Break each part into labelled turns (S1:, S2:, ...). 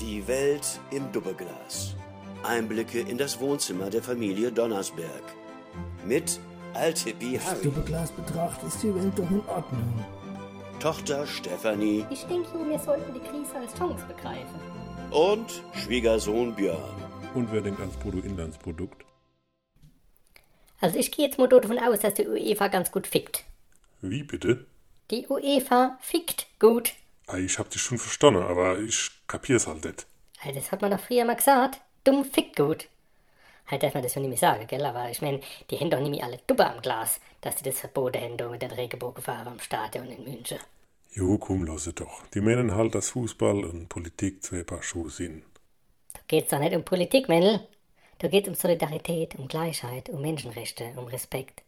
S1: Die Welt im Doppelglas. Einblicke in das Wohnzimmer der Familie Donnersberg. Mit Altippi
S2: Das
S1: Harry,
S2: Doppelglas betrachtet ist die Welt doch in Ordnung.
S1: Tochter Stefanie
S3: Ich denke, wir sollten die Krise als Chance begreifen.
S1: und Schwiegersohn Björn.
S4: Und wer denkt ans Bruttoinlandsprodukt?
S3: Also ich gehe jetzt mal davon aus, dass die UEFA ganz gut fickt.
S4: Wie bitte?
S3: Die UEFA fickt gut.
S4: Ah, ich hab dich schon verstanden, aber ich kapier's halt nicht.
S3: Also das hat man doch früher mal gesagt. Dumm fickt gut. Halt darf man das ja nicht mehr sagen, gell? Aber ich mein, die haben doch nicht mehr alle Duppe am Glas, dass die das verboten haben, da mit der Regenbogenfarbe am Stadion in München.
S4: Jo, komm, lasse doch. Die meinen halt, dass Fußball und Politik zwei Paar Schuhe sind.
S3: Da geht's doch nicht um Politik, Männl. Da geht's um Solidarität, um Gleichheit, um Menschenrechte, um Respekt.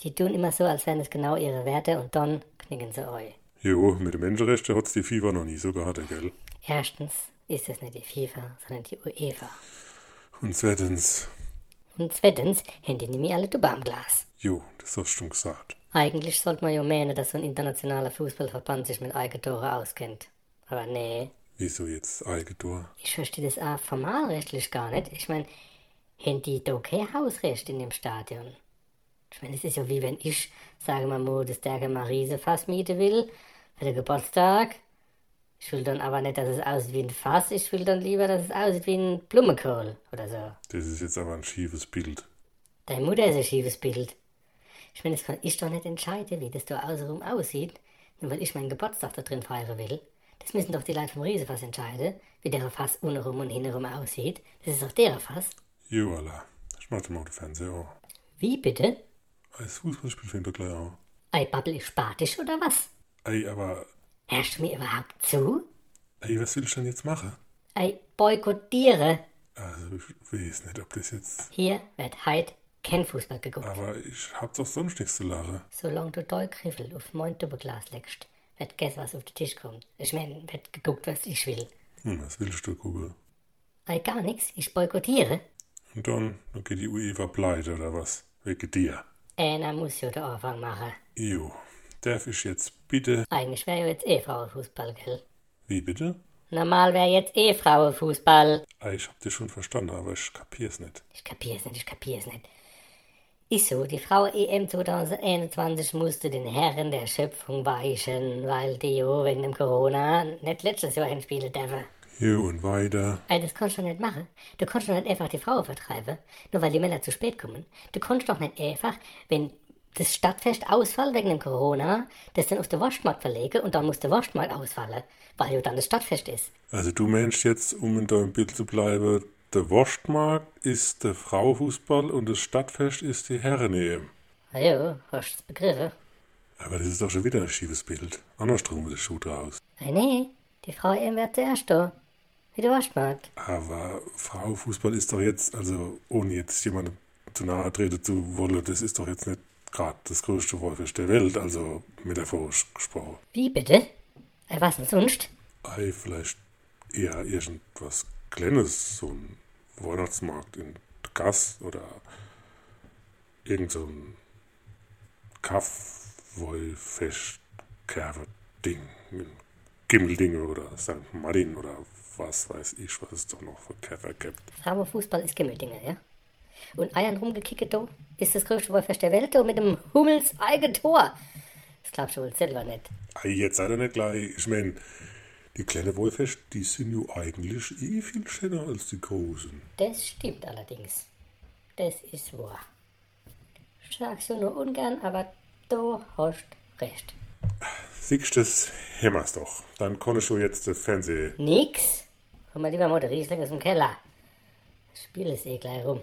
S3: Die tun immer so, als wären es genau ihre Werte und dann knicken sie eu.
S4: Jo, mit den Menschenrechten hat's die FIFA noch nie so gehabt, eh, gell?
S3: Erstens ist es nicht die FIFA, sondern die UEFA.
S4: Und zweitens,
S3: Und zweitens haben die nämlich alle Duba am Glas.
S4: jo, das hast du schon gesagt.
S3: Eigentlich sollte man ja meinen, dass so ein internationaler Fußballverband sich mit eigenen Tore auskennt. Aber nee,
S4: Wieso jetzt Eigentor?
S3: ich verstehe das auch formalrechtlich gar nicht. Ich meine, haben die da kein Hausrecht in dem Stadion? Ich meine, es ist ja wie wenn ich, sagen wir mal, das Derke Marise Fass mieten will für den Geburtstag. Ich will dann aber nicht, dass es aussieht wie ein Fass, ich will dann lieber, dass es aussieht wie ein Blumenkohl oder so.
S4: Das ist jetzt aber ein schiefes Bild.
S3: Deine Mutter ist ein schiefes Bild. Ich meine, das kann ich doch nicht entscheiden, wie das da außenrum aussieht, nur weil ich meinen Geburtstag da drin feiern will. Das müssen doch die Leute vom Riesefass entscheiden, wie deren Fass untenrum und hintenrum aussieht. Das ist doch deren Fass.
S4: Jo, Allah. Ich mach dir mal den Fernseher an.
S3: Wie bitte?
S4: Als Fußballspiel fängt er gleich an.
S3: Ei, babbel ich spatisch oder was?
S4: Ey, aber,
S3: Hörst du mir überhaupt zu?
S4: ey, was will ich denn jetzt machen?
S3: Ei, boykottiere.
S4: Also, ich weiß nicht, ob das jetzt...
S3: Hier wird heit kein Fußball geguckt.
S4: Aber ich hab doch sonst nichts zu lachen.
S3: Solange du dein Griffel auf mein Doppelglas legst, wird gess was auf den Tisch kommt. Ich mein, wird geguckt, was ich will.
S4: Hm, was willst du, Kugel?
S3: Ei, gar nix, ich boykottiere.
S4: Und dann, dann geht die UEFA pleite oder was? Wegen dir.
S3: Einer Äh, muss ja den Anfang machen.
S4: Jo, darf ich jetzt bitte.
S3: Eigentlich wäre ja jetzt eh Frauenfußball, gell?
S4: Wie bitte?
S3: Normal wäre jetzt eh Frauenfußball.
S4: Ah, ich hab dich schon verstanden, aber ich kapier's nicht.
S3: Ich kapier's nicht, ich kapier's nicht. Ist so, die Frau E EM 2021 musste den Herren der Schöpfung weichen, weil die jo wegen dem Corona nicht letztes Jahr hinspielen dürfen.
S4: Jo, und weiter.
S3: Ey, das kannst du nicht machen. Du kannst doch nicht einfach die Frauen vertreiben, nur weil die Männer zu spät kommen. Du kannst doch nicht einfach, wenn das Stadtfest ausfällt wegen dem Corona, das dann auf den Waschmarkt verlegen und dann muss der Waschmarkt ausfallen, weil ja dann das Stadtfest ist.
S4: Also, du meinst jetzt, um in deinem Bild zu bleiben, der Wurstmarkt ist der Fraufußball und das Stadtfest ist die Herren-EM.
S3: Na ja, hast du das begriffen?
S4: Aber das ist doch schon wieder ein schiefes Bild. Andersrum sieht der Shooter aus.
S3: Nein, nee, die Frau eben wird zuerst da. Wie der Waschmarkt.
S4: Aber Fraufußball ist doch jetzt, also ohne jetzt jemandem zu nahe treten zu wollen, das ist doch jetzt nicht gerade das größte Wolfisch der Welt, also metaphorisch gesprochen.
S3: Wie bitte? Ey, was denn sonst?
S4: Ei, vielleicht eher irgendwas Kleines, so ein Weihnachtsmarkt in Gas oder irgend so ein Kaffwollfest-Kerbe-Ding, ein Gimmelding oder St. Martin oder was weiß ich, was es doch noch für Kerber gibt.
S3: Frauenfußball ist Gimmeldinger, ja? Und Eiern rumgekickt, da ist das größte Wohlfest der Welt, da mit dem Hummels eigen Tor. Das glaubst du wohl selber nicht.
S4: Ei, Ah, jetzt seid ihr nicht gleich. Ich mein, die kleinen Wollfest, die sind ja eigentlich eh viel schöner als die großen.
S3: Das stimmt allerdings. Das ist wahr. Ich sag's ja nur ungern, aber du hast recht.
S4: Siehst du, das hämmerst doch. Dann kann ich schon jetzt den Fernseher
S3: Nix? Komm mal lieber mal der Riesling aus dem Keller. Das Spiel ist eh gleich rum.